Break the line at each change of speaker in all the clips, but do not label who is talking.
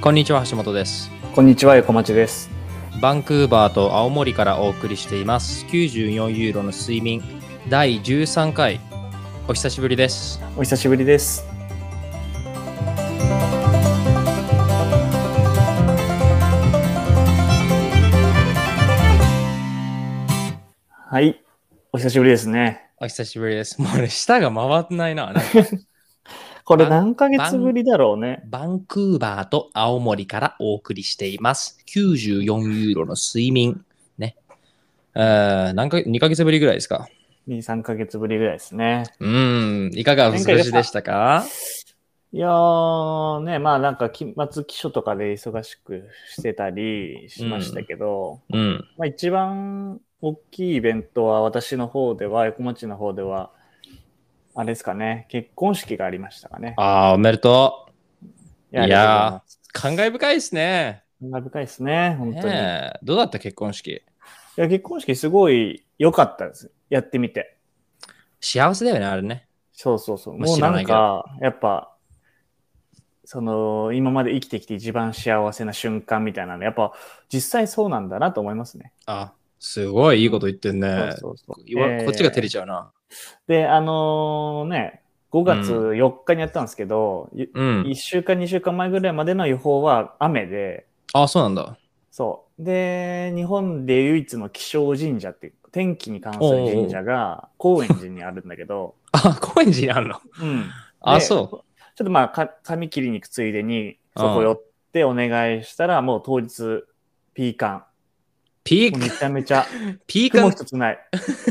こんにちは橋本です
こんにちは、横町です。
バンクーバーと青森からお送りしています94ユーロの睡眠第13回お久しぶりです
お久しぶりです。はい、お久しぶりですね。
お久しぶりですもうね舌が回ってない ななんか
これ何ヶ月ぶりだろうね。
バンクーバーと青森からお送りしています94ユーロの睡眠ねえー何か2ヶ月ぶりぐらいですか
2、3ヶ月ぶりぐらいですね。
うーんいかがお過ごしでしたか
いやー、ね、まあなんか、期末期書とかで忙しくしてたりしましたけど、
うん
まあ、一番大きいイベントは私の方では、横町の方では、あれですかね、結婚式がありましたかね。
ああおめでとう
いや
いやー
ありがとうございます
感慨深いですね
感慨深いですね、本当に。い
ねえどうだった結婚式
や結婚式すごい良かったです。やってみて。
幸せだよね、あれね。
そうそうそう。
まあ
もうな
知らなんいけど
か、やっぱ、その、今まで生きてきて一番幸せな瞬間みたいなの、やっぱ、実際そうなんだなと思いますね。
あ、すごいいいこと言ってんね。
そうそうそう
いわこっちが照
えー
れちゃうな。
で、あのーね、5月4日にやったんですけど、ゆ
うん。
1週間、2週間前ぐらいまでの予報は雨で、
あ、そうなんだ。
そう。で、日本で唯一の気象神社っていう、天気に関する神社が高円寺にあるんだけ ど、
あ、高円寺にあるの。
うん。
あ、
で
そ
ちょっとまあ、か髪切りに行くついでに、そこ寄ってお願いしたら、もう当日、ピーカ
う。ピ
ン。もう
ー
めちゃめちゃ、
カン、 ピーカ
雲
ン、
一 つない。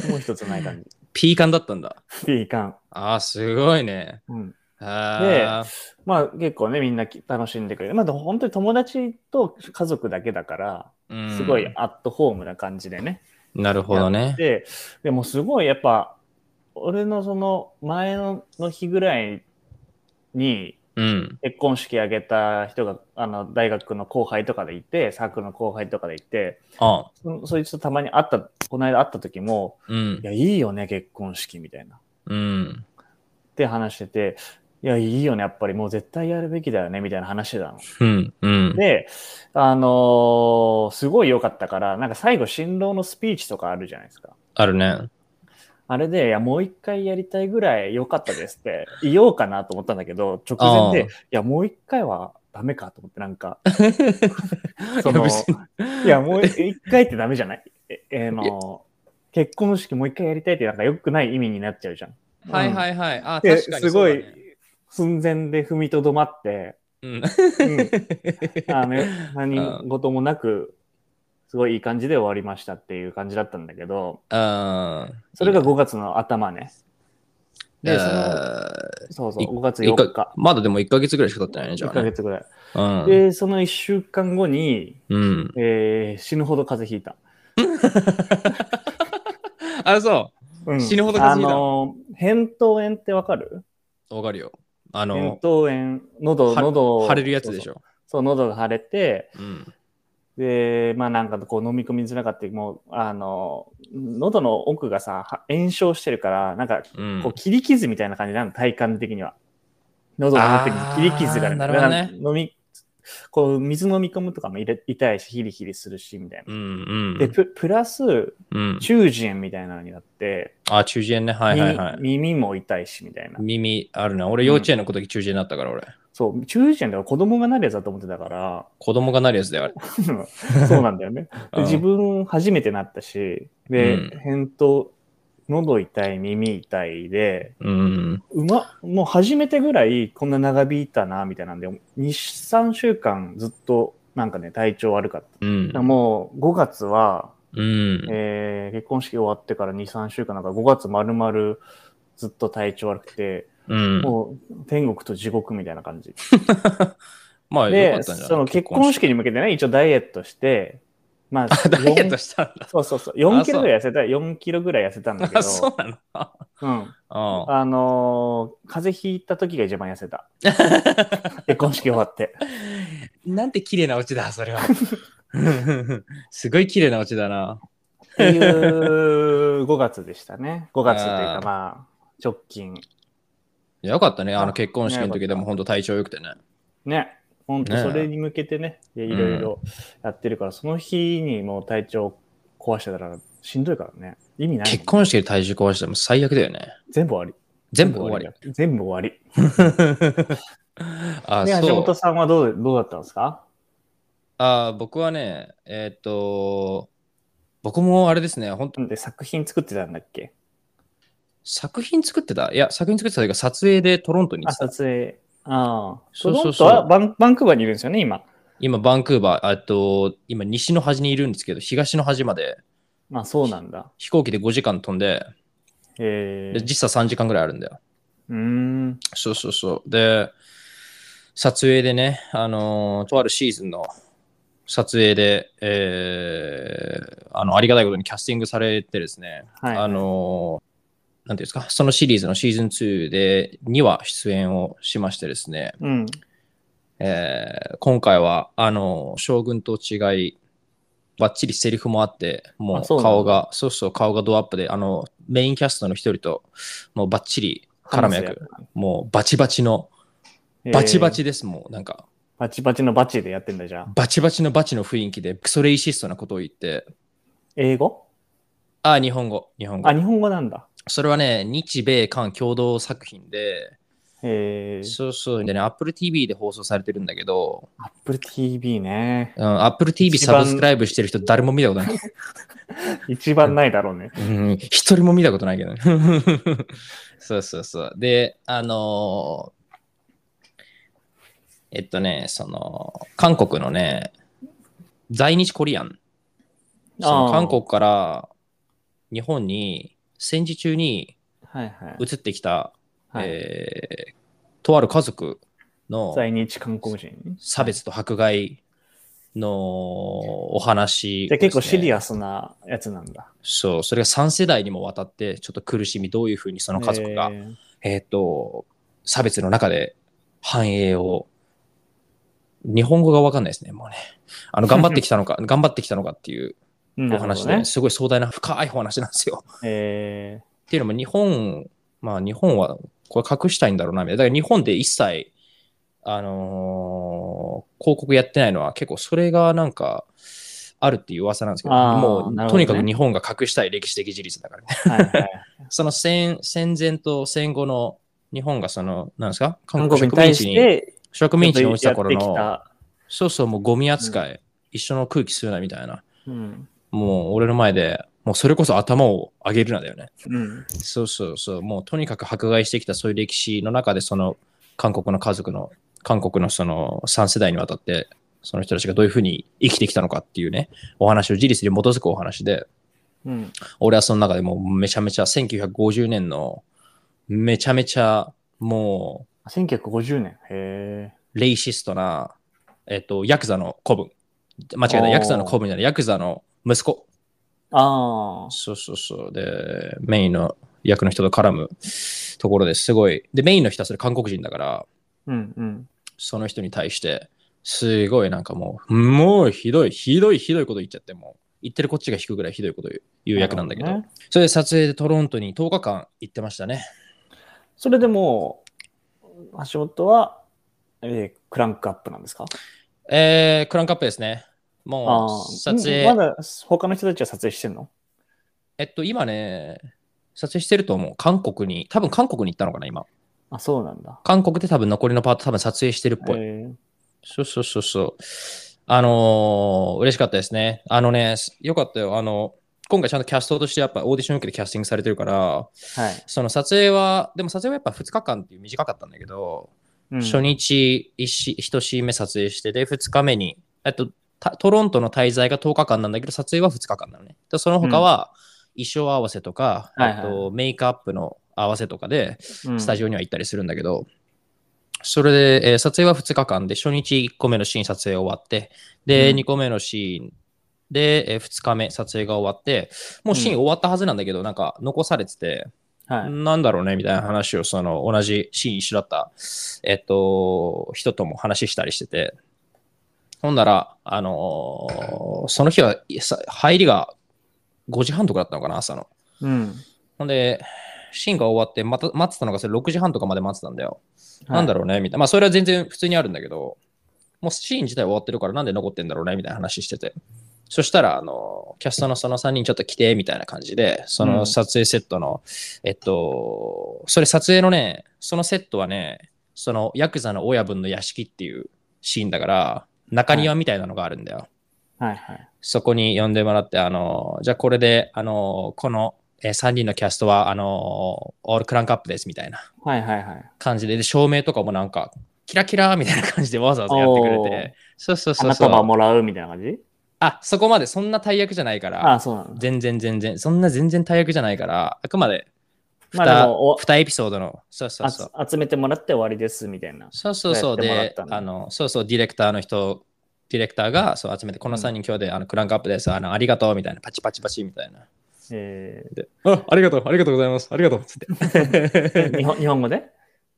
雲一つない感
ピーカンだったんだ。
じ。ピーカン。
あ、すごいね。
うん。
あー
まあ、結構ね、みんなき楽しんでくれて、まあ、でも本当に友達と家族だけだから、
うん
すごいアットホームな感じでね。
なるほどね。
で、でもすごいやっぱ、俺のその前のの日ぐらいに
うん。
結婚式あげた人が、あの、大学の後輩とかでいて、サークルの後輩とかでいて、
あ、
そそいつとたまに会った、この間会った時も、
うん
い。や、いいよね、結婚式みたいな。っ
うん。
て話してて、いや、いいよね、やっぱりもう絶対やるべきだよね、みたいな話してたの。
うん。うん。
で、あのーすごい良かったから、なんか最後、新郎のスピーチとかあるじゃないですか。
あるね。
あれで、いや、もう一回やりたいぐらい良かったですって 言おうかなと思ったんだけど、直前
あー
で、いや、もう一回はダメかと思って、な んか、
そ
そ
の
の
い
いや、もう一回ってダメじゃないえ、えーの、結婚式もう一回やりたいって、なんか良くない意味になっちゃうじゃん。
はい
い。
はいはい。あ、
で、
確かに
す
そ
ご
うだね、
い、寸前で踏みとどまって、
うん。
うん、あの何事もなく、すごいいい感じで終わりましたっていう感じだったんだけど、
あー
それが5月の頭ね。で、その、
あー
そうそ、
いう
5月
一
4日。
まだでも1ヶ月ぐらいしか経ってないね、じゃ
1
あ、
ヶ
ね。
月ぐらい。
うん。
で、その1週間後に、
うん。
えー死ぬほど風邪ひいた。
あ、そ
うん
死ぬほど風邪ひいた
あのー、扁桃炎ってわかる
う。わかるよ。あ
扁
の、
桃炎、喉、
は
喉を
腫れるやつでし
そうそう
ょ。
そう、喉が腫れて、
うん。
で、まあなんかこう飲み込みづらかったり、もう、あのー、喉の奥がさ、は炎症してるから、なんか、
うん
こう、切り傷みたいな感じなの、体感的には。喉の奥に切り傷があ
あー
る
なるほどね
だから飲み、こう、水飲み込むとかも入れ痛いし、ヒリヒリするし、みたいな。
うんう
で、
ん。
ププラス、
うん、
中耳炎みたいなのになって、
あ、中耳炎ね。はいはいは
耳
い。
耳も痛いしみたいな。
耳あるな。俺、幼稚園の時中耳炎だったから、俺。
そう、中耳炎では子供がなるやつだと思ってたから、
子供がなるやつだよ、あれ。
そうなんだよね。で
うん
自分初めてなったし、で、
うん
返答、喉痛い、耳痛いで、
うん。
うま、もう初めてぐらいこんな長引いたな、みたいなんで、2、3週間ずっとなんかね、体調悪かった。
う
だから
ん。
もう5月は、
うん。
えー結婚式終わってから2、3週間なんか5月丸々ずっと体調悪くて、
うん。
もう天国と地獄みたいな感じ。
まあ、よかった
で、
んじゃない
その結婚式に向けてね、一応ダイエットして、まあ、
あ ダイエット
4
したんだ。
そうそうそう、4キロぐらい痩せた、4キロぐらい痩せたんだけど、
あ、そうなのあ
うん、
あ
あのー風邪ひいた時が一番痩せ た。結婚式終わって。
なんて綺麗なオチだ、それは。 すごい綺麗なオチだな。
っていう5月でしたね。5月という
あ
か
ー
まあ、直近。
よかったね。あの
あ
結婚式の時でも
よかった
本当体調良くてね。
ね。本当
ねえ
それに向けてね、いやいろいろやってるから、その日にもう体調壊してたらしんどいからね。意味ないもんね、
結婚式で体重壊したらもう最悪だよね。
全部終わり。
全部終わり。
り。全部終わり。
あ
で、橋
そ
本
う
さんはどうどうだったんですか
あ僕はね、えーっと、僕もあれですね、本当
で、作品作ってたんだっけ
作品作ってた。いや、作品作ってたというか、撮影でトロントに行
あ、
ってた
撮影。ああ。
そうそうそう
トロントはバンバンクーバーにいるんですよね、今。
今、バンクーバー、えっと、今、西の端にいるんですけど、東の端まで
まあ、そうなんだ。
飛行機で5時間飛んで、
え
で
ー、
実際3時間ぐらいあるんだよ。
うーん。
そうそうそう。で、撮影でね、あのーとあるシーズンの撮影で、えーあの、ありがたいことにキャスティングされてですね、
はい。
あのーなんていうんですか、そのシリーズのシーズン2で、には出演をしましてですね、
うん。
えー今回は、あのー将軍と違い、ばっちりセリフもあって、も
あそう
う
なんだ
顔が、そうそう、顔がドアップで、あの、メインキャストの一人と、もうばっちり絡め役、もうバチバチの、
えー
バチバ。チです、もうなんか、
バチバチのバチでやってんだじゃん。
バチバチのバチの雰囲気で、クソレイシストなことを言って、
英語
あ、日本語、日本語
あ、。日本語なんだ。
それはね、日米韓共同作品で、
えー、
そうそう、でね、Apple TV で放送されてるんだけど、
Apple TV ね。
うん、Apple TV
一
サ
番
ブスクライブしてる人、誰も見たことない。
一番ないだろうね。
うん一人も見たことないけどね。 そうそうそう。で、あのーえっとね、その、韓国のね、在日コリアン。そ
あ
の
ー
韓国から日本に戦時中に
はいはい。
移ってきた、
はい
えーとある家族の
在日韓国人。
差別と迫害のお話、
じゃあ結構シリ
ア
アスなやつなんだ。
そう、それが3世代にもわたって、ちょっと苦しみ、どういうふうにその家族が、
えー
えっ、と、差別の中で繁栄を、日本語がわかんないですね、もうね。あの、頑張ってきたのか、頑張ってきたのかっていう
うん
お話
なるほど
で、
ね。
すごい壮大な深いお話なんですよ。
え
っていうのも日本、まあ日本はこれ隠したいんだろうな、みたいな。だから日本で一切、あのー広告やってないのは結構それがなんか、あるっていう噂なんですけど、
あー
もう、
なる
と
ほどね
にかく日本が隠したい歴史的事実だからね。
ー、はいはい。
その戦戦前と戦後の日本がその、なんですか韓
韓国
国
に
植民
対
地
し
に、
て、
植民地に落ちた頃
やってき
の、
た
そうそう、もうゴミ扱い、一緒の空気吸うなみたいな。
うん。
もう俺の前で、もうそれこそ頭を上げるなだよね。
うん。
そうそうそう、もうとにかく迫害してきたそういう歴史の中で、その韓国の家族の、韓国のその3世代にわたって、その人たちがどういうふうに生きてきたのかっていうね、お話を事実に基づくお話で、
うん。
俺はその中でもうめちゃめちゃ1950年のめちゃめちゃも
1950年。へえ。
うレイシストな、えっと、ヤクザの子分。間違え
お
た、
ー
ヤクザの子分じゃない、ヤクザの息子。
ああ。
そうそうそう。で、メインの役の人と絡むところですごい。で、メインの人はそれ韓国人だから、
うんうん。
その人に対して、すごいなんかもう、もうひどい、ひどい、ひどいこと言っちゃって、もう、言ってるこっちが引くぐらいひどいこと言う言う役なんだけど、
なるほね
それで撮影でトロントに10日間行ってましたね。
それでもう、橋本は、えークランクアップなんですか
えー、クランクアップですね。もう
あー
撮影、
うんまだ他の人たちは撮影してんの
えっと、今ね、撮影してると思う。韓国に、多分韓国に行ったのかな、今。
あ、そうなんだ。
韓国で多分残りのパート多分撮影してるっぽい。
えー
そうそうそうそう。あのー嬉しかったですね。あのね、すよかったよ。あの、今回ちゃんとキャストとしてやっぱオーディション受けてキャスティングされてるから、
はい。
その撮影は、でも撮影はやっぱ2日間っていう短かったんだけど、
うん
初日1し、1シーン目撮影して、で、2日目に、えっと、たトロントの滞在が10日間なんだけど、撮影は2日間なのね。で、その他は、衣装合わせとか、
はいはい
あとメイクアップの合わせとかで、
うん
スタジオには行ったりするんだけど、それで、えー撮影は2日間で、初日1個目のシーン撮影終わって、で、
うん
2個目のシーンで、え2日目撮影が終わって、もうシーン終わったはずなんだけど、なんか残されてて、
はい。
なんだろうねみたいな話を、その同じシーン一緒だった、えっと、人とも話したりしてて、ほんなら、あのーその日は、いさ入りが5時半とかだったのかな、朝の。
うん。
ほんで、シーンが終わって、また待ってたのがそれ6時半とかまで待ってたんだよ。
はい
なんだろうねみたいな。まあ、それは全然普通にあるんだけど、もうシーン自体終わってるからなんで残ってんだろうねみたいな話してて。そしたら、あの、キャストのその3人ちょっと来て、みたいな感じで、その撮影セットの、えっと、それ撮影のね、そのセットはね、そのヤクザの親分の屋敷っていうシーンだから、中庭みたいなのがあるんだよ。
はいはい。
そこに呼んでもらって、あの、じゃあこれで、あの、この、え3人のキャストは、あの、オールクランクアップですみたいな
はいはいはい。
感じで、で照明とかもなんか、キラキラーみたいな感じでわざわざやってくれ
おー
て、そうそうそう
花
そ
束
う。
もらうみたいな感じ
あ、そこまでそんな大役じゃないか
ああ、
ら、
そうなんだ。
全然全然、そんな全然大役じゃないから、あくまで
まあでも、お
2, 2エピソードの、そうそうそう。
あつ集めてもらって終わりですみたいな。
そうそうそう
やってもらっ
で
たんだ
あのそうそうディレクターの人ディレクターがそう集めてこの3人今日で、あのクランクアップですあのありがとうみたいなパチパチパチみたいな
え
であありがとうありがとうございますありがとうつっ
ー日
て
本日本語で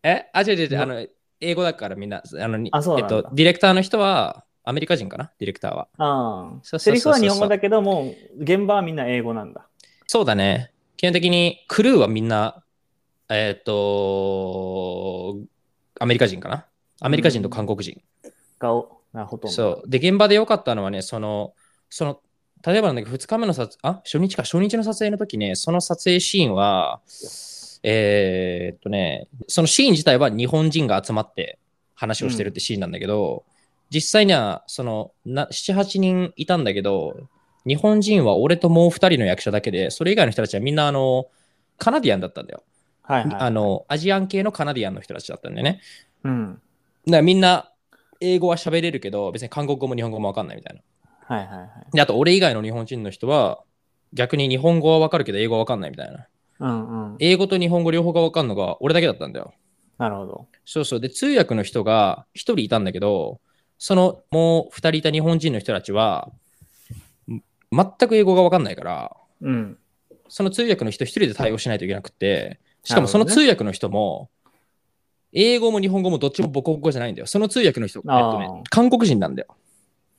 えあ違う違う違
日
う
本
あの英語だからみんなあのに
あそう
え
な
っ
んだ
とディレクターの人はアメリカ人かなディレクターは
あ
そ
あ。
うそ
セ
うそうそう
リフは日本語だけど、もう現場はみんな英語なんだ。
そうだね基本的にクルーはみんなえっ、とアメリカ人かなアメリカ人と韓国人、
顔、なるほど。
そう。で、現場で良かったのはね、その、その、例えばなんだけど、2日目の撮あ、初日か、初日の撮影の時ね、その撮影シーンは、えーっとね、そのシーン自体は日本人が集まって話をしてるってシーンなんだけど、実際には、その、な7、8人いたんだけど、日本人は俺ともう2人の役者だけで、それ以外の人たちはみんな、あの、カナディアンだったんだよ。
はいはい。
あの、アジアン系のカナディアンの人たちだったんだよね。
うん。
だからみんな英語は喋れるけど別に韓国語も日本語も分かんないみたいな
はいはいはい。
であと俺以外の日本人の人は逆に日本語は分かるけど英語は分かんないみたいな
うんうん。
英語と日本語両方が分かんのが俺だけだったんだよ
なるほど。
そうそうで通訳の人が1人いたんだけどそのもう2人いた日本人の人たちはん全く英語が分かんないから
うん。
その通訳の人1人で対応しないといけなくてしかもその
なる
通
ほど
訳の人も英語も日本語もどっちも母国語じゃないんだよその通訳の人、えっと
あー
ね、韓国人なんだよ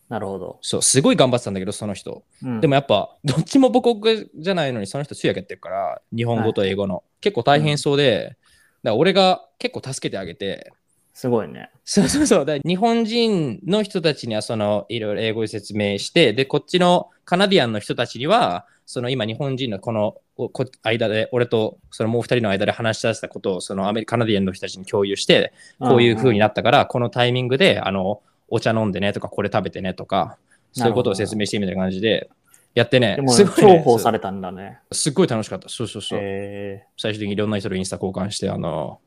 なるほど。
そう、すごい頑張ってたんだけど、その人。
うん
でもやっぱ、どっちも母国語じゃないのに、その人通訳やってるから、日本語と英語の。結構大変そうで、だから俺が結構助けてあげて、
すごいね。
そうそうそう、だから日本人の人たちには、その、いろいろ英語で説明して、で、こっちのカナディアンの人たちには、その今、日本人のこのおこ間で、俺とそのもう二人の間で話し出したことを、そのアメリカ、カナディアンの人たちに共有して、こういう風になったから、このタイミングで、あの、お茶飲んでねとか、これ食べてねとか、そういうことを説明してみたいな感じで、やってね
で、も、
すごい、
重
ね、
宝されたんだね。
すすっごい楽しかった。そうそうそう。
え
最終的にいろんな人とインスタ交換して、あの、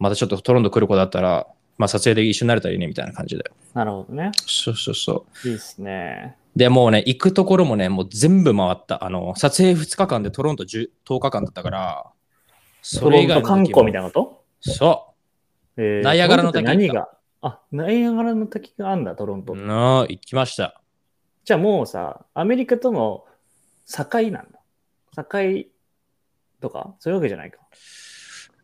またちょっとトロント来る子だったら、まあ撮影で一緒になれたらいいねみたいな感じで。
ー、なるほどね。
そうそうそう。
いいっすね。
で、もうね、行くところもね、もう全部回った。あの、撮影2日間でトロント 10, 10日間だったから、
ト
そ
ロ
れ以
ン
外
ト
の
観
時も
光みたいなこと
そう。
えー
ナイアガラの滝
トロントって何があ、ナイアガラの滝があんだ、トロント。
の行きました。
じゃあもうさ、アメリカとの境なんだ。境とかそういうわけじゃないか。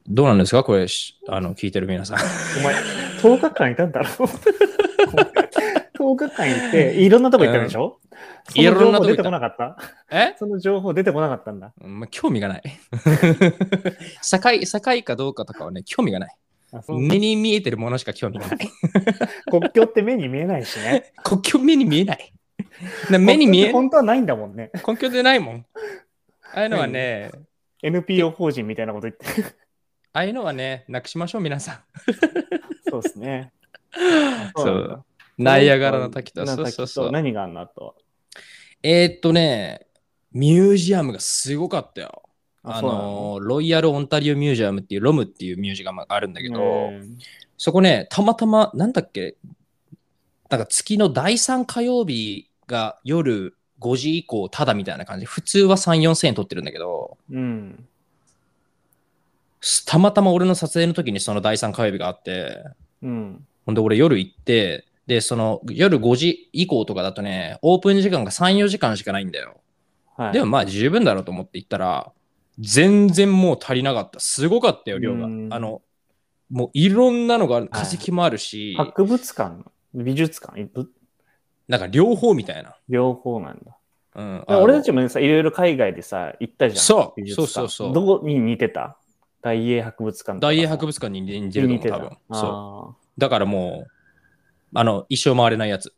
どうなんですかこれ、しあの、聞いてる皆さん。
お前、10日間いたんだろ ?10 日間いて、いろんなとこ行ったでしょ、
うん
その情
いろんなと
報
こ行
出
った
てこなかった
え
その情報出てこなかったんだ。
まあ、興味が ない。境、境かどうかとかはね、興味がない。
あそう
目に見えてるものしか興味が ない。
国境って目に見えないしね。
国境目に見えない。な 目に見え、
国境って本当はないんだもんね。
根拠でないもん。ああいうのはね、
NPO 法人みたいなこと言って。
ああいうのはね、なくしましょう、皆さん。
そうですね。
そう。ナイアガラの滝と、
ナイアガ
そ
ラの
う
滝
そう
と
そう。
何があんのあとは
えーっとね、ミュージアムがすごかったよ。あ
そうなの
のー、ロイヤル・オンタリオ・ミュージアムっていうロムっていうミュージアムがあるんだけど、
うん
そこね、たまたま、なんだっけ、なんか月の第3火曜日が夜5時以降、ただみたいな感じ。普通は3、4千円取ってるんだけど、
うん。
すたまたま俺の撮影の時にその第3火曜日があって、
うん。
ほんで俺夜行って、で、その夜5時以降とかだとね、オープン時間が3、4時間しかないんだよ。
はい。
でもまあ十分だろうと思って行ったら、全然もう足りなかった。すごかったよ、量が。
うん
あの、もういろんなのがある。
は
化
い
石もあるし、
博物館、美術館、いぶ
なんか両方みたいな。
両方なんだ。
うん、
で俺たちもねさ、いろいろ海外でさ、行ったじゃん。
そう
美術館
そうそうそう
どこに似てた大英博物館とかさ。
大英博物館に似てると思う、多分。
あ
そう。だからもう、あの、一生回れないやつ。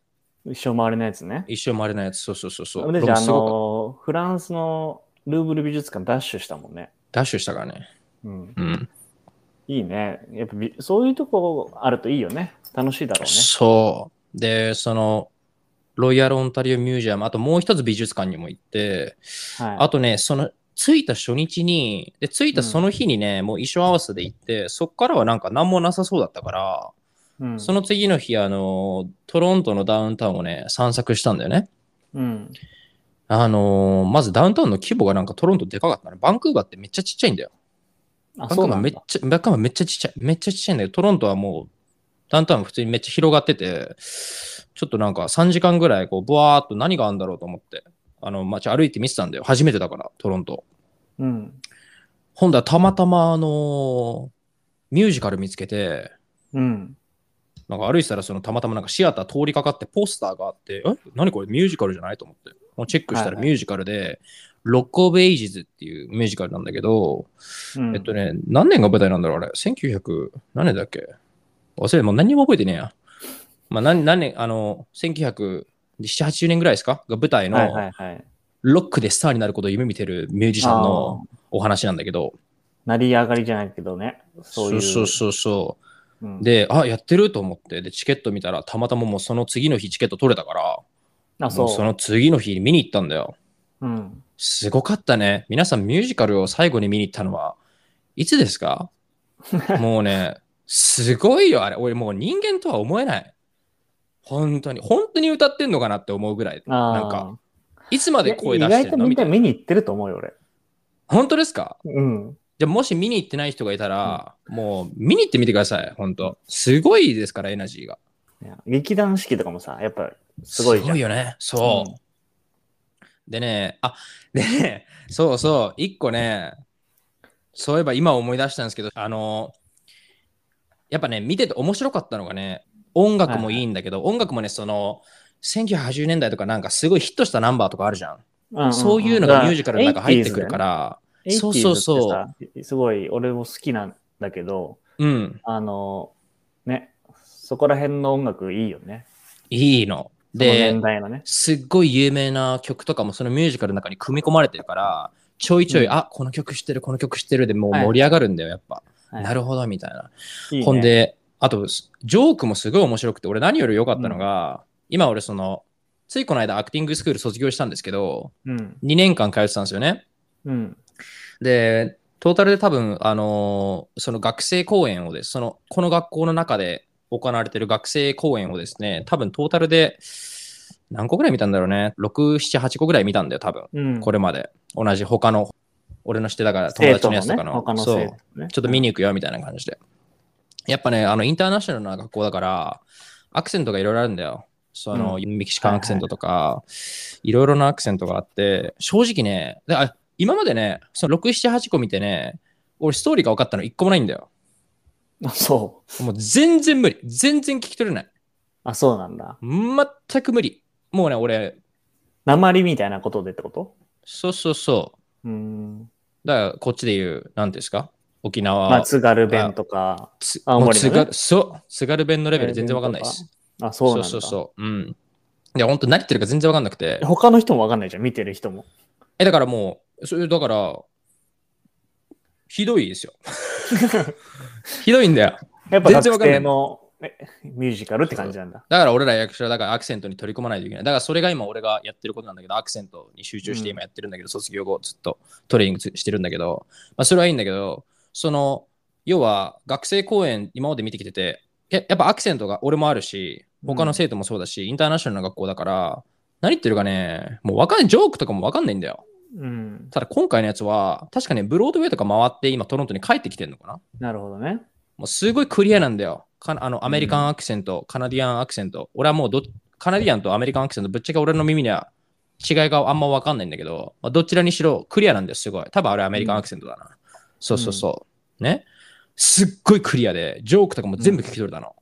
一生回れないやつね。
一生回れないやつ。そうそうそうそう。
で、じゃあ、あ
僕すごく
の、フランスのルーブル美術館ダッシュしたもんね。
ダッシュしたからね。
うん。
うん。
いいね。やっぱび、そういうとこあるといいよね。楽しいだろうね。
そう。で、その、ロイヤル・オンタリオ・ミュージアム、あともう一つ美術館にも行って、
はい。
あとね、その、着いた初日に、で、着いたその日にね、もう衣装合わせで行って、そっからはなんか何もなさそうだったから、
うん、
その次の日、あの、トロントのダウンタウンをね、散策したんだよね。
うん。
あのーまずダウンタウンの規模がなんかトロントでかかったね。バンクーバーってめっちゃちっちゃいんだよ。バ
あ、
ンク
そう
ーバー
な
め
んだ
っちゃ、バンクーバーめっちゃちっちゃい。めっちゃちっちゃいんだけど、トロントはもう、ダウンタウン普通にめっちゃ広がってて、ちょっとなんか3時間ぐらい、こう、ぼわーっと何があるんだろうと思って、あの、街歩いて見てたんだよ。初めてだから、トロント。
うん。
ほんだらたまたま、あのーミュージカル見つけて、
うん。
なんか歩いてたら、そのたまたまなんかシアター通りかかってポスターがあって、え何これミュージカルじゃないと思って。もうチェックした
はい
ら
はい
ミュージカルで、ロック・オブ・エイジズっていうミュージカルなんだけど、
うん
えっとね、何年が舞台なんだろうあれ。1900、何年だっけ忘れ、もう何にも覚えてねえや。まあ何、何年、あの、1900、7、80年ぐらいですかが舞台
はいは
の
いはい。
ロックでスターになることを夢見てるミュージシャンのお話なんだけど、
成り上がりじゃないけどね。そう
そ
いうう。
そうそうそう。
うん
で、あ、やってると思って、で、チケット見たら、たまたまもうその次の日チケット取れたから、
あ、
も
そう
うその次の日に見に行ったんだよ。
うん。
すごかったね。皆さんミュージカルを最後に見に行ったのは、いつですか もうね、すごいよ、あれ。俺もう人間とは思えない。本当に、本当に歌ってんのかなって思うぐらい。
あー
なんかいつまで声出
い
し
や意
て
外と
んの
み
み
ん
た
ない
な。
見に行ってると思うよ、俺。
本当ですか
うん。
じゃあもし見に行ってない人がいたら、もう見に行ってみてください。本当すごいですから、エナジーが。
いや劇団四季とかもさ、やっぱすごいじゃん。
よね。そう。でね、あ、でね、そうそう、一個ね、そういえば今思い出したんですけど、あの、やっぱね、見てて面白かったのがね、音楽もいいんだけど、音楽もね、その、1980年代とかなんかすごいヒットしたナンバーとかあるじゃん。
うんうんうん
そういうのがミュージカルの中入ってくるか。ら、
だから
そう
80s
そうそう
ってさすごい、俺も好きなんだけど、
うん、
あの、ね、そこら辺の音楽いいよね。
いいの。
その
で
年、代のね。
すっごい有名な曲とかもそのミュージカルの中に組み込まれてるから、ちょいちょい、
うん
あ、この曲知ってる、この曲知ってるでもう盛り上がるんだよ、やっぱ。
はい
なるほど、みたいな。
いいね
ほんで、あと、すジョークもすごい面白くて、俺何より良かったのが、今俺その、ついこの間アクティングスクール卒業したんですけど、
うん。
2年間通ってたんですよね。
うん。
で、トータルで多分、あのーその学生公演をです、その、この学校の中で行われてる学生公演をですね、多分トータルで、何個ぐらい見たんだろうね。6、7、8個ぐらい見たんだよ、多分。
うん。
これまで。同じ他の、俺の知ってたから友
生
達
徒
のや
の
つと
ね
か、の。
他の
そ
生
う
徒。ね。
ちょっと見に行くよみたいな感じで。やっぱね、あの、インターナショナルな学校だから、アクセントがいろいろあるんだよ。その、
う
メキシカンアクセントとか、いろいろなアクセントがあって、正直ね、であ今までね、その6、7、8個見てね、俺ストーリーが分かったの1個もないんだよ。
あ、 そう。
もう全然無理。全然聞き取れない。
あ、そうなんだ。
全く無理。もうね、俺、
鉛みたいなことでってこと
そうそうそう
ーん。
う。だから、こっちで言う、何ですか沖縄、
まあ、津軽弁とか。
つ
青
もう
森のね
津軽、そう、津軽弁のレベル全然分かんないです。
あ、そうなんだ。
そうそうそう。うん。いや、本当何言ってるか全然わかんなくて。
他の人もわかんないじゃん、見てる人も。
え、だからもう、それだから、ひどいです よ。ひどいんだよ。
やっぱ
全然わ
学
かんない
生のえミュージカルって感じなんだ。
だから俺ら役者だからアクセントに取り込まないといけない。だからそれが今俺がやってることなんだけど、アクセントに集中して今やってるんだけど、卒業後ずっとトレーニングつしてるんだけど、まあそれはいいんだけど、その、要は学生公演今まで見てきてて、ややっぱアクセントが俺もあるし、他の生徒もそうだし、インターナショナルな学校だから、何言ってるかね、もうわかんない、ジョークとかもわかんないんだよ。
うん。
ただ今回のやつは、確かね、ブロードウェイとか回って今トロントに帰ってきてるのかな
なるほどね。
もうすごいクリアなんだよ。かあのアメリカンアクセント、カナディアンアクセント。俺はもうどカナディアンとアメリカンアクセント、ぶっちゃけ俺の耳には違いがあんま分かんないんだけど、まあ、どちらにしろクリアなんです、すごい。多分あれアメリカンアクセントだな。そうそうそう。ね。すっごいクリアで、ジョークとかも全部聞き取れたの。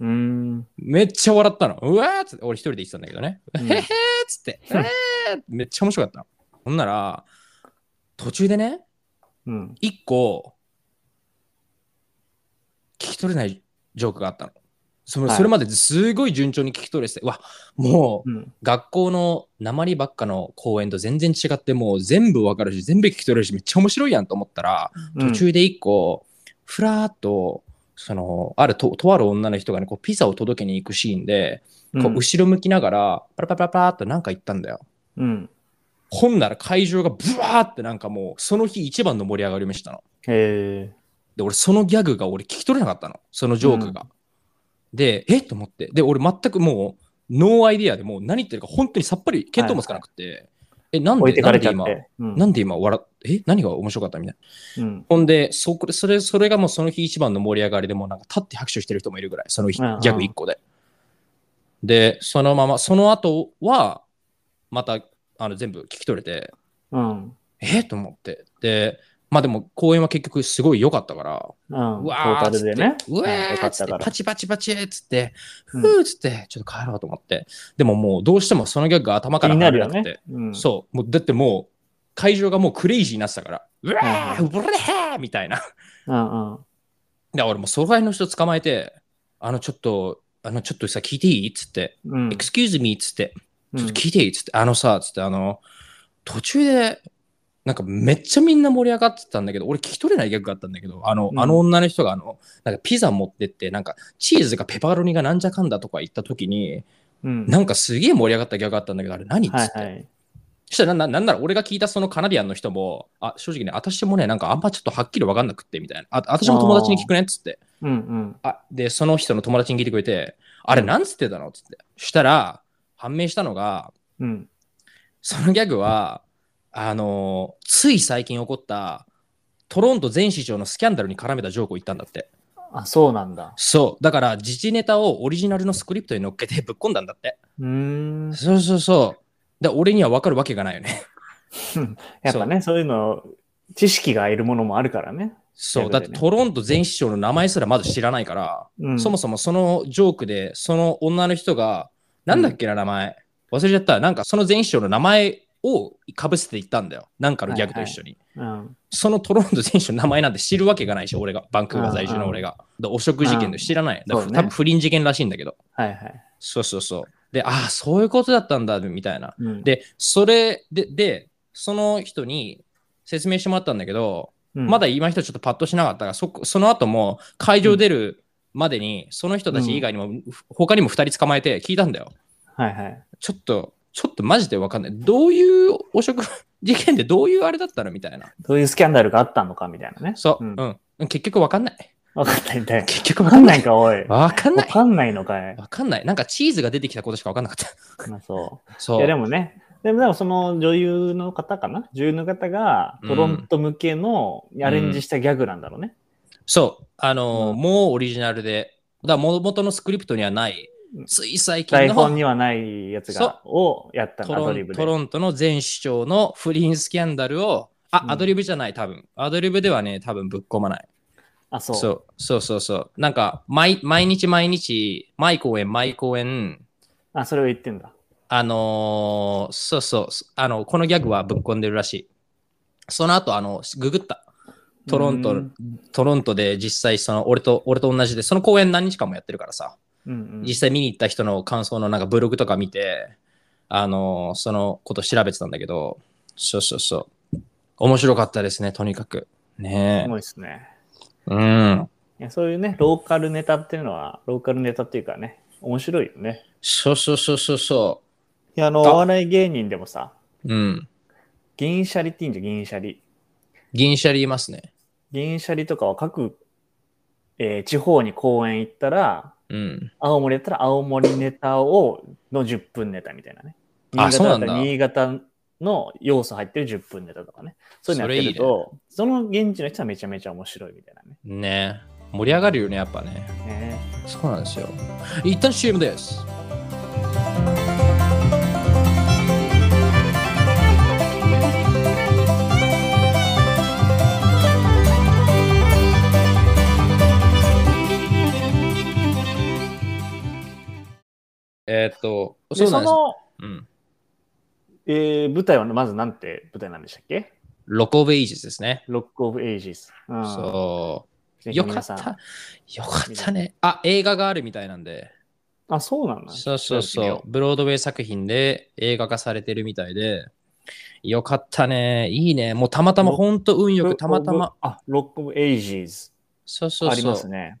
うーん。
めっちゃ笑ったの。うわーっつって、俺一人で言ってたんだけどね。
うん
へへーっつって、えーめっちゃ面白かったの。ほんなら、途中でね、
うん。
一個、聞き取れないジョークがあったの。それ
はい
それまですごい順調に聞き取れてて、うわもう
うん。
学校の鉛ばっかの公演と全然違ってもう全部わかるし全部聞き取れるしめっちゃ面白いやんと思ったら
うん
途中で一個ふらーっとそのあるととある女の人がねこうピザを届けに行くシーンでこう後ろ向きながらパラパラパラパラっとなんか言ったんだよ。
うん。うん。
ほんなら会場がブワーってなんかもうその日一番の盛り上がりましたの。
へえ。
で、俺、そのギャグが俺聞き取れなかったの。そのジョークが。で、えっと思って。で、俺、全くもう、ノーアイディアでもう何言ってるか本当にさっぱり見当もつかなくて。え、なんで
置いてかれちゃ
な
っ
んで
て。うん
今、なんで今笑っ、え、何が面白かったみたいな。
うん。
ほんで、そこでそれ、それがもうその日一番の盛り上がりでもうなんか立って拍手してる人もいるぐらい、その日ギ
うんうん
ャグ一個で。で、そのまま、その後は、また、あの、全部聞き取れて、
うん。
えっと思って。で、まあでも公演は結局すごい良かったから、
うん。
う
ト
わ
ー
ー
タルでね。
うわ
うんよ
ー
か
っ
っ
つったて
か、ら
パ。チパチパチっつって、
うん
ふーっつって、ちょっと帰ろうと思って。でももうどうしてもそのギャグが頭
気
から
になる
離れ
よ
なくて。
ね。うん。
そう。もうだってもう会場がもうクレイジーになってたから、うわ
はい
ー、うわーみたいな。
うんうん。
で、俺もうその辺の人捕まえて、あのちょっと、あのちょっとさ、聞いていいっつって、
うん。
excuse me っつって、
うん
ちょっと聞いていいっつって、あのさ、つって、あの、途中で、なんかめっちゃみんな盛り上がってたんだけど、俺聞き取れない逆があったんだけど、あの、
うん
あの女の人があの、なんかピザ持ってって、なんかチーズがペパロニがなんじゃかんだとか言った時に、
うん。
なんかすげえ盛り上がった逆があったんだけど、あれ何っつっ
はい
て。
はい。
そしたらな、ななんなら俺が聞いたそのカナディアンの人も、あ、正直ね、私もね、なんかあんまちょっとはっきりわかんなくって、みたいな。あ、私も友達に聞くねっつって。
うんうん。
あで、その人の友達に聞いてくれて、あれなんつってたのっつって。したら、判明したのが、
うん。
そのギャグは、あのーつい最近起こったトロント前市長のスキャンダルに絡めたジョークを言ったんだって。
あ、そうなんだ。
そう。だから、時事ネタをオリジナルのスクリプトに乗っけて ぶっ込んだんだって。
うーん。
そうそうそう。で、俺には分かるわけがないよね。
やっぱね、そういうの、知識がいるものもあるからね。
そう。
ギャ
だ
グ
っ
で
て
ね
トロント前市長の名前すらまず知らないから、
うん。
そもそもそのジョークで、その女の人が、なんだっけな、名前。忘れちゃった。なんか、その前市長の名前をかぶせていったんだよ。なんかのギャグと一緒に。
うん。
そのトロント選手の名前なんて知るわけがないし、俺が、バンクーバー在住の俺が。で汚職事件で知らない。だから
そうね
多分不倫事件らしいんだけど。
はいはい。
そうそうそう。で、ああ、そういうことだったんだ、みたいな。
うん、
で、それで、で、その人に説明してもらったんだけど、
うん
まだ今人ちょっとパッとしなかったから、そこその後も会場出るまでに、その人たち以外にも、他にも2人捕まえて聞いたんだよ。
はいはい。
ちょっと、ちょっとマジでわかんない。どういう汚職事件でどういうあれだったのみたいな。
どういうスキャンダルがあったのかみたいなね。
そう、
う
うんん、結局わかんない。
わかんないみたい。
結局わ
わか
かん
ん
な
ない
い。
か、おい。わ
わかんない。
かんないのかい。
わかんない。なんかチーズが出てきたことしかわかんなかった。
まあそう。い
そ
やで
う。
もね、でもでもその女優の方かな女優の方がトロント向けのアレンジしたギャグなんだろうね。
そう。あのー
うん
もうオリジナルで。だから元のスクリプトにはない
うん、
つい最近
台本
の
にはないやつが、をやった
ト
のアド
ロ
リ
ン
ブで。
トロントの前市長の不倫スキャンダルを、あ、
うん
アドリブじゃない、多分。アドリブではね、多分ぶっ込まない。
あ、そう。
そうそうそうそう。なんか毎、毎日毎日、毎公演、毎公演、
あ、それを言ってんだ。
あのーそうそうあの、このギャグはぶっ込んでるらしい。その後、あの、ググった。トロント
うん、
トロントで実際、その、俺と、俺と同じで、その公演何日間もやってるからさ、
うんうん
実際見に行った人の感想のなんかブログとか見て、あのーそのこと調べてたんだけど、そうそうそう。面白かったですね、とにかく。ね
すごいですね。
え。うん。
いやそういうね、ローカルネタっていうのは、ローカルネタっていうかね、面白いよね。
そうそうそうそうそ
いや、あの、お
あ
笑い芸人でもさ、
う。うん。
銀シャリっていいんじゃん、銀シャリ。
銀シャリいますね。
銀シャリとかは各、えー地方に公演行ったら、
うん。
青森だったら青森ネタを、の10分ネタみたいなね。
あ
新潟だった
そうな
ら
んだ
新潟の要素入ってる10分ネタとかね。そういうのやってると、その現地の人はめちゃめちゃ面白いみたいなね。
ねえ。盛り上がるよね、やっぱね。
ね
そうなんですよ。一旦 CM です。えーっと、
で
そうな
そ
んです。
の、
うん、
えー舞台はまずなんて舞台なんでしたっけ
ロコ・ベイジスですね。
ロックオブエイジス。うん
そう。
ぜひ
よか
皆
っ
さん
た。よかったね。あ、映画があるみたいなんで。
あ、そうなんだ。
そうそう
調
そう
べてみよ。
ブロードウェイ作品で映画化されてるみたいで。よかったね。いいね。もうたまたま、
ロ
ほんと運よくたまた
ロッ
ま
ク。オブ。あ、ロックオブエイジーズ。
そうそうそう。
ありますね。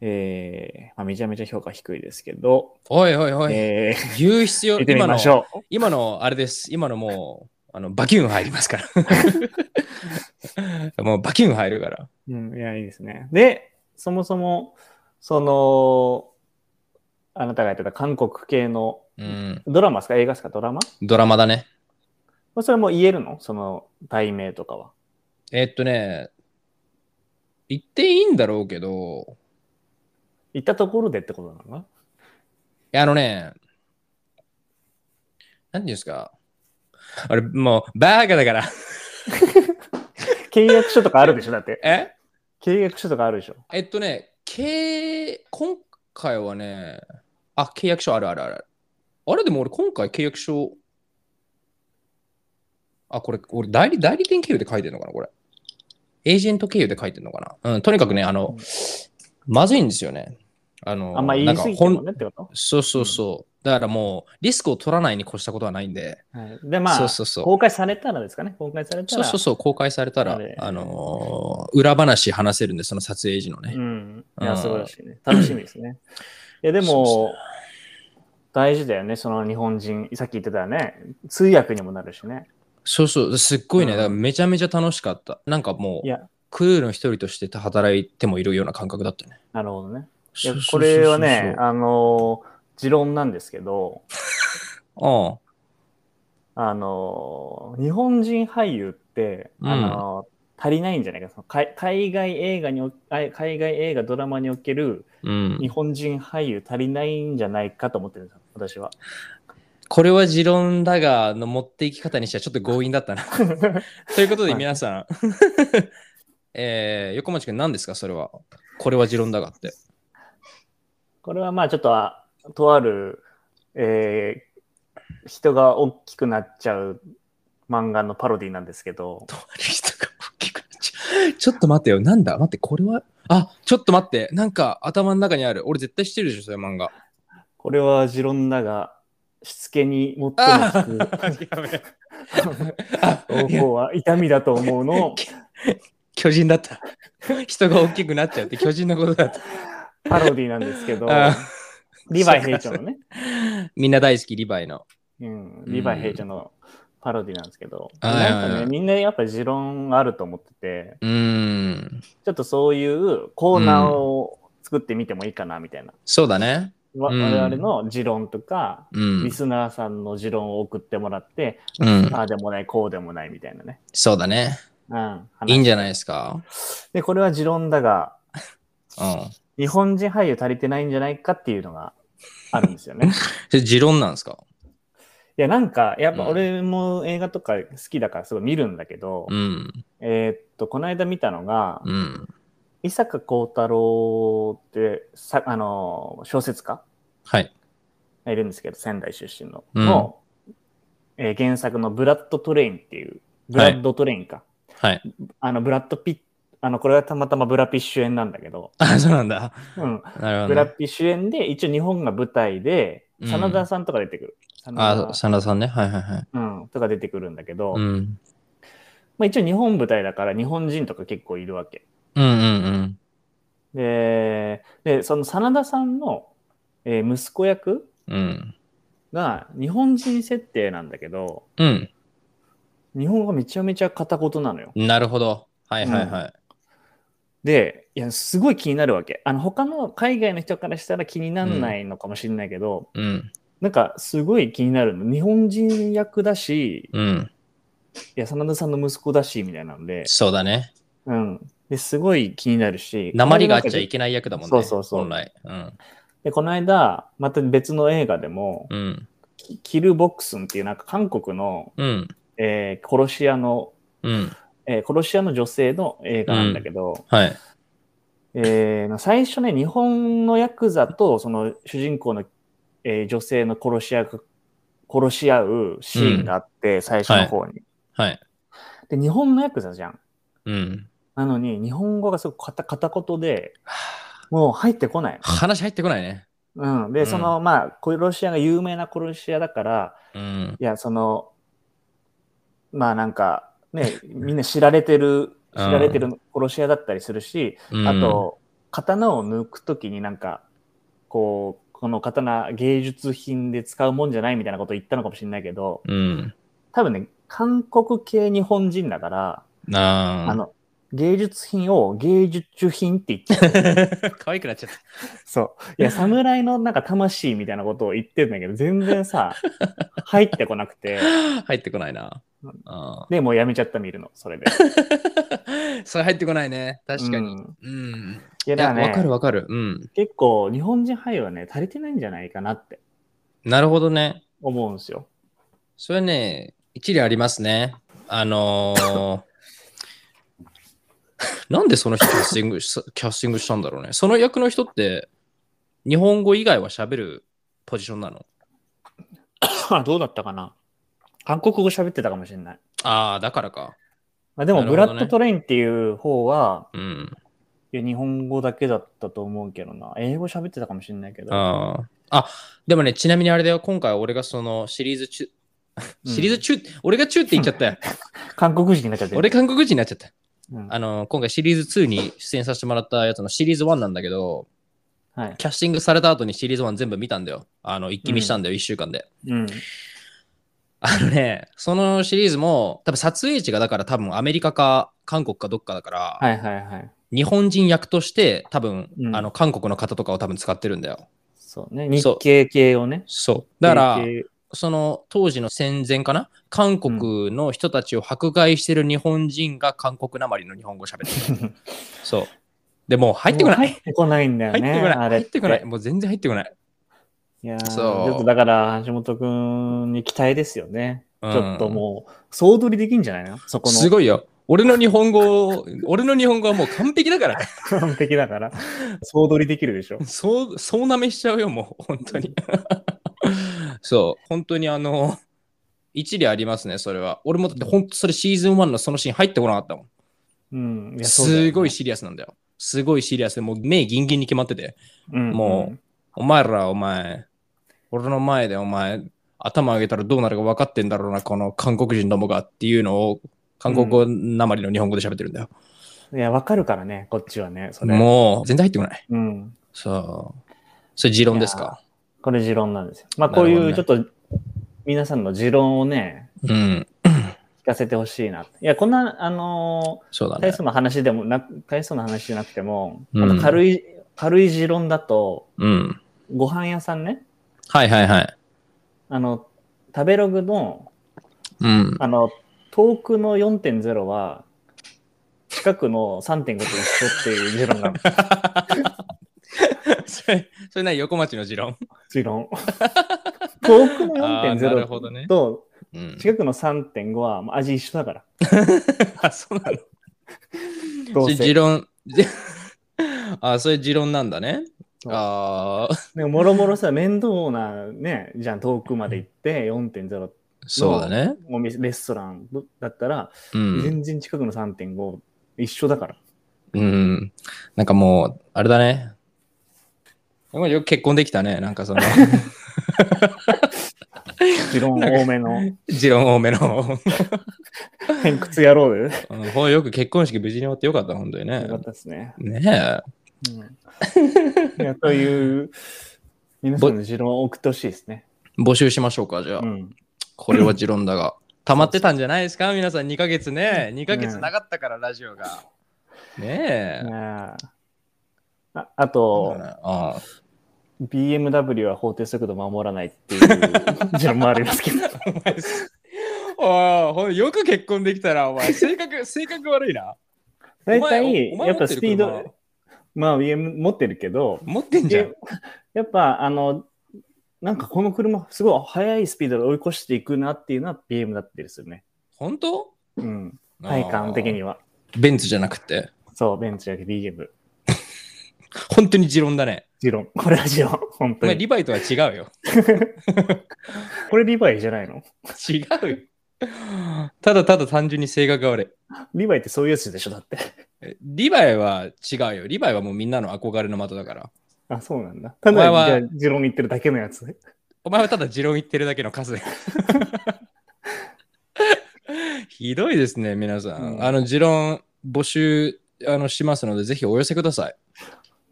えーまあ、めちゃめちゃ評価低いですけど、
おいおいおい。
えー
言う必要、
見てみ
今の
まし、ょう。
今のあれです。今のもう、あのバキュン入りますから。 もうバキュン入るから。
うん、いや、いいですね。で、そもそも、その、あなたがやってた韓国系の
うん。
ドラマですか、映画ですか、ドラマ
ドラマだね。
それも言えるのその題名とかは。
えっとね、言っていいんだろうけど、
言ったところでってことなのかない
やあのね、何ですか。あれ、もう、バーガーだから。
契約書とかあるでしょだって。
え
契約書とかあるでしょ
えっとね、契、今回はね、あ、契約書あるあるある。あれでも俺今回契約書、あ、これ、俺代理、代理店経由で書いてんのかなこれ。エージェント経由で書いてんのかなうん、とにかくね、あの、まずいんですよね。あの、
あんま言い過ぎて
なん
も
か
ねってこと、
そうそうそう。だからもう、リスクを取らないに越したことはないんで、
はい、で、まあ
そうそうそう
公開されたらですかね。公開された
そう
ら。
そうそう、公開されたら
あれ、
あのー裏話話せるんで、その撮影時のね。
うん。いうや、
ん
素晴らしいね。楽しみで すね。いや、で
そ
も、大事だよね。その日本人、さっき言ってたね。通訳にもなるしね。
そうそう、すっごいね、
うん
だからめちゃめちゃ楽しかった。なんかも、
いうや、
クルーの一人として働いてもいるような感覚だったね。
なるほどね。い
そ
や
う、そ
こ
うそうそう
れはね、あの、持論なんですけど、
うん
あの、日本人俳優って、
うん
あの、足りないんじゃないかその海海外映画におあ海外映画ドラマにおける
うん
日本人俳優足りないんじゃないかと思ってるんですよ私 は。
これは持論だが、の持っていき方にしてはちょっと強引だった な。ということで
はい
皆さん、 えー、横町君何ですか、それは。これは持論だが って。
これはまあちょっとあとある、えー人が大きくなっちゃう漫画のパロディなんですけど、
とある人が大きくなっちゃう。ちょっと待ってよ。なんだ待って、これは。あ、ちょっと待って。なんか頭の中にある。俺絶対知ってるでしょ、それ漫画。
これは持論だが、しつけに最も
あ
効く
ーやべえあ
方法は痛みだと思うの
巨人だった。人が大きくなっちゃうって巨人のことだった。
パロディなんですけど、
あ
リヴァイ兵長のね、
みんな大好き、リヴァイの。
うん、リヴァイ兵長のパロディなんですけど、
はいはいはい
なんかね、みんなやっぱ持論があると思ってて、
うーん。
ちょっとそういうコーナーを作ってみてもいいかなみたいな。
そうだね。
わ
うん
我々の持論とか、
うん
リ。スナーさんの持論を送ってもらって、
うん、
ああでもない、こうでもないみたいなね。
そうだね。
うん、
いいんじゃないいですか。
で、これは持論だが、
うん。
日本人俳優足りてないんじゃないかっていうのがあるんですよね。
それ持論なんですか
いや、なんか、やっぱ
うん
俺も映画とか好きだからすごい見るんだけど、
うん。
えーっと、この間見たのが、
うん。
伊坂幸太郎ってさ、あの、小説家
はい。
がいるんですけど、仙台出身の。
うん
の、えー原作のブラッドトレインっていう、ブラッドトレインか。
はい。
あの、ブラッドピッ、あの、これはたまたまブラピ主演なんだけど、
あ、そうなんだ。
うん、
なるほ
ブ
ど
ラ
ね、
ピ主演で、一応日本が舞台で、
うん
真田さんとか出てくる。真田
あ、真田さんね。はいはいはい。
うん、とか出てくるんだけど、
うん。
まあ一応日本舞台だから日本人とか結構いるわけ。
うんうんうん。
で、で、その真田さんの、えー息子役
うん。
が日本人設定なんだけど、
うん。
日本語がめちゃめちゃ片言なのよ。
なるほど。はいはいはい。
で、いや、すごい気になるわけ。あの、他の海外の人からしたら気にならないのかもしれないけど、
うん。
なんかすごい気になるの。日本人役だし、
うん。
いや、真田さんの息子だし、みたいなので、
そうだね。
うん。で、すごい気になるし、
鉛があっちゃい
け
けない役だもんね。
そうそうそう
本来。うん。
で、この間、また別の映画でも、
うん。
キキルボックスンっていうなんか韓国の、
うん。
えー殺し屋の、
うん。
えー殺し屋の女性の映画なんだけど、
はい。
えー最初ね、日本のヤクザとその主人公の、えー女性の殺し屋が殺し合うシーンがあって、最初の方に、
はい。
で、日本のヤクザじゃん。
うん。
なのに、日本語がすごく片片言で、
はあ
もう入ってこない。
話入ってこないね。
うん。
う
で、
ん
その、まあ、コロシアが有名なコロシアだから、
うん。
いや、その、まあなんか、 ね、みんな知られてる、知られてる殺し屋だったりするし、
うん
あ、と、刀を抜くときになんか、こう、この刀芸術品で使うもんじゃないみたいなこと言ったのかもしれないけど、
うん。
多分ね、韓国系日本人だから、
なあ。
あの、芸術品を芸術品って言っちゃう。
可愛くなっちゃっ
そう。いや、侍のなんか魂みたいなことを言ってるんだけど、全然 さ、入ってこなくて、
た。 入ってこないな。あ
で、もうやめちゃった見るの、それで。
ーそれ入ってこないね。確か
う
に。
ん
うん。
いや、
い
だ
や、わ、
からね
かるわかる。うん。
結構日本人俳優はね、足りてないんじゃないかなって
なるほどね。
思う んですよ。
それね、一理ありますね。あのー なんでその人キャスティング しキャスティングしたんだろうね。その役の人って、日本語以外は喋るポジションなの
どうだったかな韓国語喋ってたかもしれない。
ああ、だからか。
まあ、でも、
なる
ブ
ほど
ラ
ね
ッドトレインっていう方は、
うん。
いや日本語だけだったと思うけどな。英語喋ってたかもしれないけど。
あーあ、でもね、ちなみにあれだよ、今回俺がそのシリーズ中、
うん
シリーズ中、俺が中って言っちゃったよ。
韓国人になっちゃってる。
俺韓国人になっちゃった。
うん
あの、今回シリーズ2に出演させてもらったやつのシリーズ1なんだけど、
はい。
キャスティングされた後にシリーズ1全部見たんだよ。あの、一気見したんだよ、一週間で。
うん。
あのね、そのシリーズも、多分撮影地がだから多分アメリカか韓国かどっかだから、
はいはいはい。
日本人役として多分、
うん
あの韓国の方とかを多分使ってるんだよ。
そうね。
そう
日系系をね。
そう。だから、
日系
その当時の戦前かな、韓国の人たちを迫害してる日本人が韓国なまりの日本語喋ってる。そう。でもう入ってこな
もう
い。
入ってこないんだよ
入っ
ね。
てこない。
あ
入
れっ
っててこない。もう全然入ってこない。
いやーち
そう
ょっとだから、橋本くんに期待ですよね。
うん
ちょっともう、総取りできんじゃないのそこの。
すごいよ。俺の日本語、俺の日本語はもう完璧だから。
完璧 だから、総取りできるでしょ。
そう、そうなめしちゃうよ、もう、本当に。 そう、本当にあの、一理ありますね、それは。俺もだって、本当それシーズン1のそのシーン入ってこなかったもん。
うん。いやそうだよね
すごいシリアスなんだよ。すごいシリアスで、もう目ギンギンに決まってて、
うん
もお前ら、お前、俺の前でお前、頭上げたらどうなるか分かってんだろうな、この韓国人どもがっていうのを、韓国語なまりの日本語で喋ってるんだよ。
うんいや、わかるからね、こっちはね、それ。
もう、全然入ってこない。
うん。
そう。それ、持論ですか。
これ持論なんですよ。まあ、こうい
な
う、
る
ちょ
ほ
っと、皆さんの持論をね、
うん、
聞かせてほしいな。いや、こんな、あの
そうだ
ー、大
ね。
層な話でもな、大層な話じゃなくても、
うん
この軽い、軽い持論だと、
うん。
ご飯屋さんね、
はいはいはい。
あの、食べログの、
うん。
あの、遠くの4.0は、近くの3.5と一緒ってい う持論なの。
それ、それな横町の持論。
持論。遠くの
あーなるほどね
4.0と
うん
近くの3.5はもう味一緒だから。
あ、そうなの。
ど
そ
う
れ持
せ。
論。 じあ、それ持論なんだね。
そう
ああ、
でももろもろさ、面倒なね、じゃん遠くまで行って4.0
そうだね。
お店、レストランだったら、
うん。
全然近くの3.5一緒 だから。
うん。なんかもう、あれだね。よく結婚できたね。なんか その、
持論多めの
持論多めの。
偏屈野郎でね。
うんほんよく結婚式無事に終わってよかった、本当にね
よか。ったですね。
ね
うん、いやという、皆さんの持論を送ってほしいですね。
え。募集しましょうか、じゃあ。
うん。
これは持論だ が。溜まってたんじゃないですか皆さん2ヶ月ね。2ヶ月
うん
なかったから、ラジオが。ねえ。
あーああと、
あ
BMW は法定速度守らないっていう事論もありますけど。
お前おいほんよく結婚できたら、お前、性格、 性格悪いな。
大体、
お前
やっぱスピー。
お前
ド、まあ BM 持ってるけど、
持ってる車持ってん じゃん
で。やっぱあの、なんかこの車、すごい速いスピードで追い越していくなっていうのは BM だったりするね。
本当
うん。体感的。には。
あーベンツじゃなくて。
そう、ベンチだけ BM。
本当に持論だね。
持論。これは持論。本
お
当
前、
に。
リバイとは違うよ。
これリヴァイじゃないの
違うよ。ただただ単純に性格が悪い。
リヴァイってそういうやつでしょ、だって。
えリヴァイは違うよ。リヴァイはもうみんなの憧れの的だから。
あ、そうなんだ。た
お前
だ、
は
じゃあ持論言ってるだけのやつね。
お前はただ持論言ってるだけの数だよひどいですね、皆さん。
うん
あの持論募集あのしますので、ぜひお寄せください。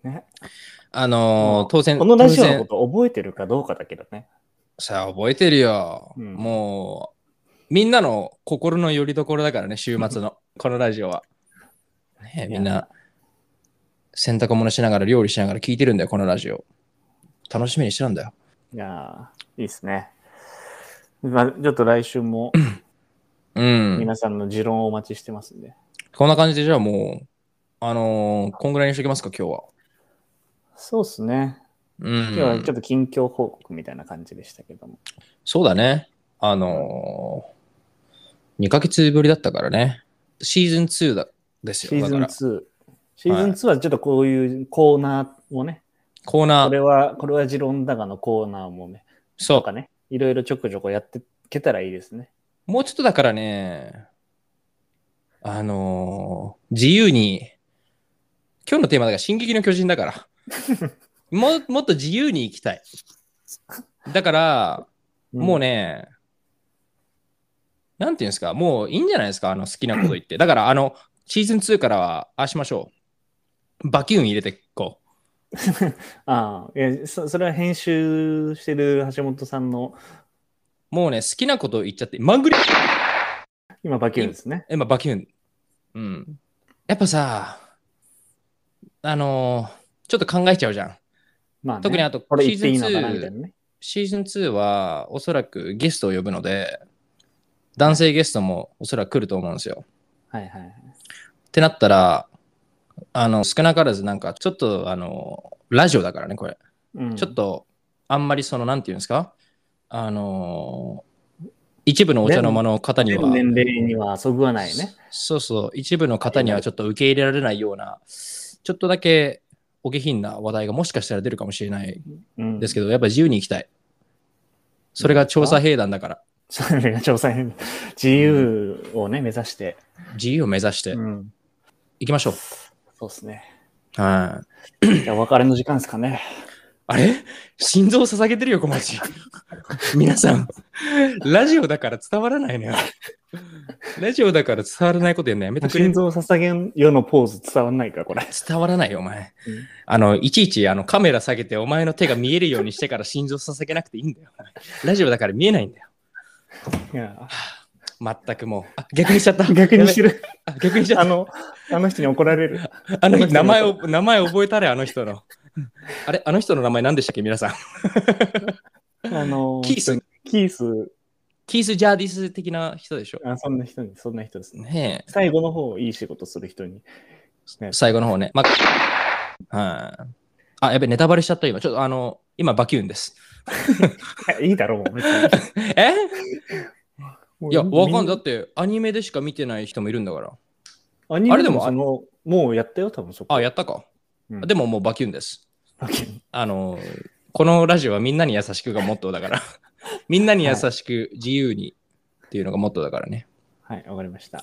ね
あのー当然、
このラジオ
当
の
然
こと覚えてるかどうかだけどね。
さあ、覚えてるよ。
うん
もう、みんなの心の拠り所だからね、週末 の、このラジオは。ねえ
いや
みんな、洗濯物しながら、料理しながら聞いてるんだよ、このラジオ。楽しみにしてたんだよ。
いやーいいですね。まあ、ちょっと来週も
うん。
皆さんの持論をお待ちしてますんで。
こんな感じで、じゃあもう、あのーこんぐらいにしときますか、今日は。
そうですね。
う
今日は
ん
ちょ。っと近況報告みたいな感じでしたけども。
そうだね。あのー、2ヶ月ぶりだったからね。シーズン2だです
シ
よ。
ー
だ
ズン
から、
2。シーズン2はちょっとこういうコーナーをね、
コーナ
これ
ー、
は、これは持論だがのコーナーもね、
そ
とかね、いろいろちょこちょこやっていけたらいいですね。
う。もうちょっとだからね、あのー自由に、今日のテーマだから、進撃の巨人だから。ももっと自由に行きたい。だから、もう
ね、
ね、なんていうんですか、もういいんじゃないですか、あの好きなこと言って。だから、あの、シーズン2からは、ああしましょう。バキュン入れていこう。
ああ、いやそ、それは編集してる橋本さんの、
もうね、好きなこと言っちゃって、マングリ、
今、バキュンですね。
今、バキュン。うん。やっぱさ、あのーちょっと考えちゃうじゃん。
まあね、
特にあと
これ
シ
言
ー
っ
ズン
て
2
いいのかなみたいなね。
シーズン2は、おそらくゲストを呼ぶので、男性ゲストもおそらく来ると思うんですよ。
はいはいはい。
ってなったら、あの、少なからずなんか、ちょっと、あの、ラジオだからね、これ。
うん
ちょっと、あんまりその、なんていうんですかあのー一部のお茶の間の方に
全
は、
年齢にはそぐわないね。
そうそう、一部の方にはちょっと受け入れられないような、ちょっとだけお下品な話題がもしかしたら出るかもしれない
うん、
です
け
けど、やっぱ自由に行きたい。それが調査兵団だから、
ど。それが調査員自由をね、目指して。
自由を目指して
うん。
行きましょう。
そうですね。
はい。
じゃあ、お別れの時間ですかね。
あれ心臓捧げてるよ、小町。 皆さん、ラジオだから伝わらないのよ。ラジオだから伝わらないことやんのやめてくれ
心。臓を捧げんよのポーズ伝わんないか、これ。
伝わらないよ、お前
うん。
あの、いちいちあのカメラ下げて、お前の手が見えるようにしてから心臓捧げなくていいんだよ。ラジオだから見えないんだよ。
いや
全くもう。あ、逆にしちゃった。
逆にして
る。
る。
あ逆にしちゃ
あ
った。
の、あの人に怒られる。
あ の、名前を、名前覚えたれ、あの人の。あれ、あの人の名前何でしたっけ、皆さん。
あの、
キース。
キース、
キース・ジャーディス的な人でしょ。
あそんな人に、そんな人ですね。
ねえ。
最後の方、いい仕事する人に。ね、
最後の方ね。まあ、はい。あ、やべ、ネタバレしちゃった今。ちょっとあの、今、バキューンです。
いいだろう、もう別 に。
えいや、わかんない。だ
だ
っ。て、アニメでしか見てない人もいるんだから。
アニ
あれ
メ
で
で
も
もその、もうやったよ、多分そこ。
あ、やったか。
うん
でももうバキューンです。
バキュン
あの、このラジオはみんなに優しくがモットーだから。 みんなに優しく、自由にっていうのがモットーだからね。
はい、わかりました。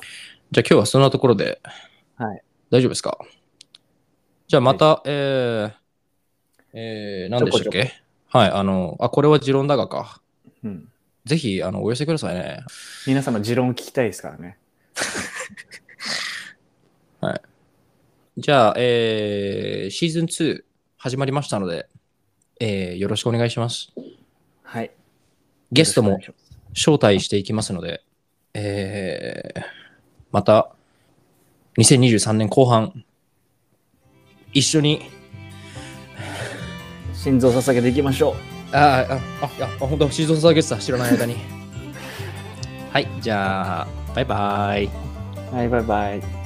じゃあ今日はそんなところで。
はい。
大丈夫ですかじゃあまた、えー、えー、何でしたっ
ちょこ
けはい、あの、あ、これは持論だがか。
うん。
ぜひ、あの、お寄せくださいね。
皆様、持論聞きたいですからね。
じゃあ、えーシーズン2始まりましたので、えーよろしくお願いします。
はい。
ゲストも
よろしくお願いします
招待していきますので、えーまた、2023年後半、一緒に、
心臓捧げていきましょ
あーあ、あ、いや、あ本当シーズン3ゲスト知らない間に。はい、じゃあ、バイバイ。
う。はい、バイバイ。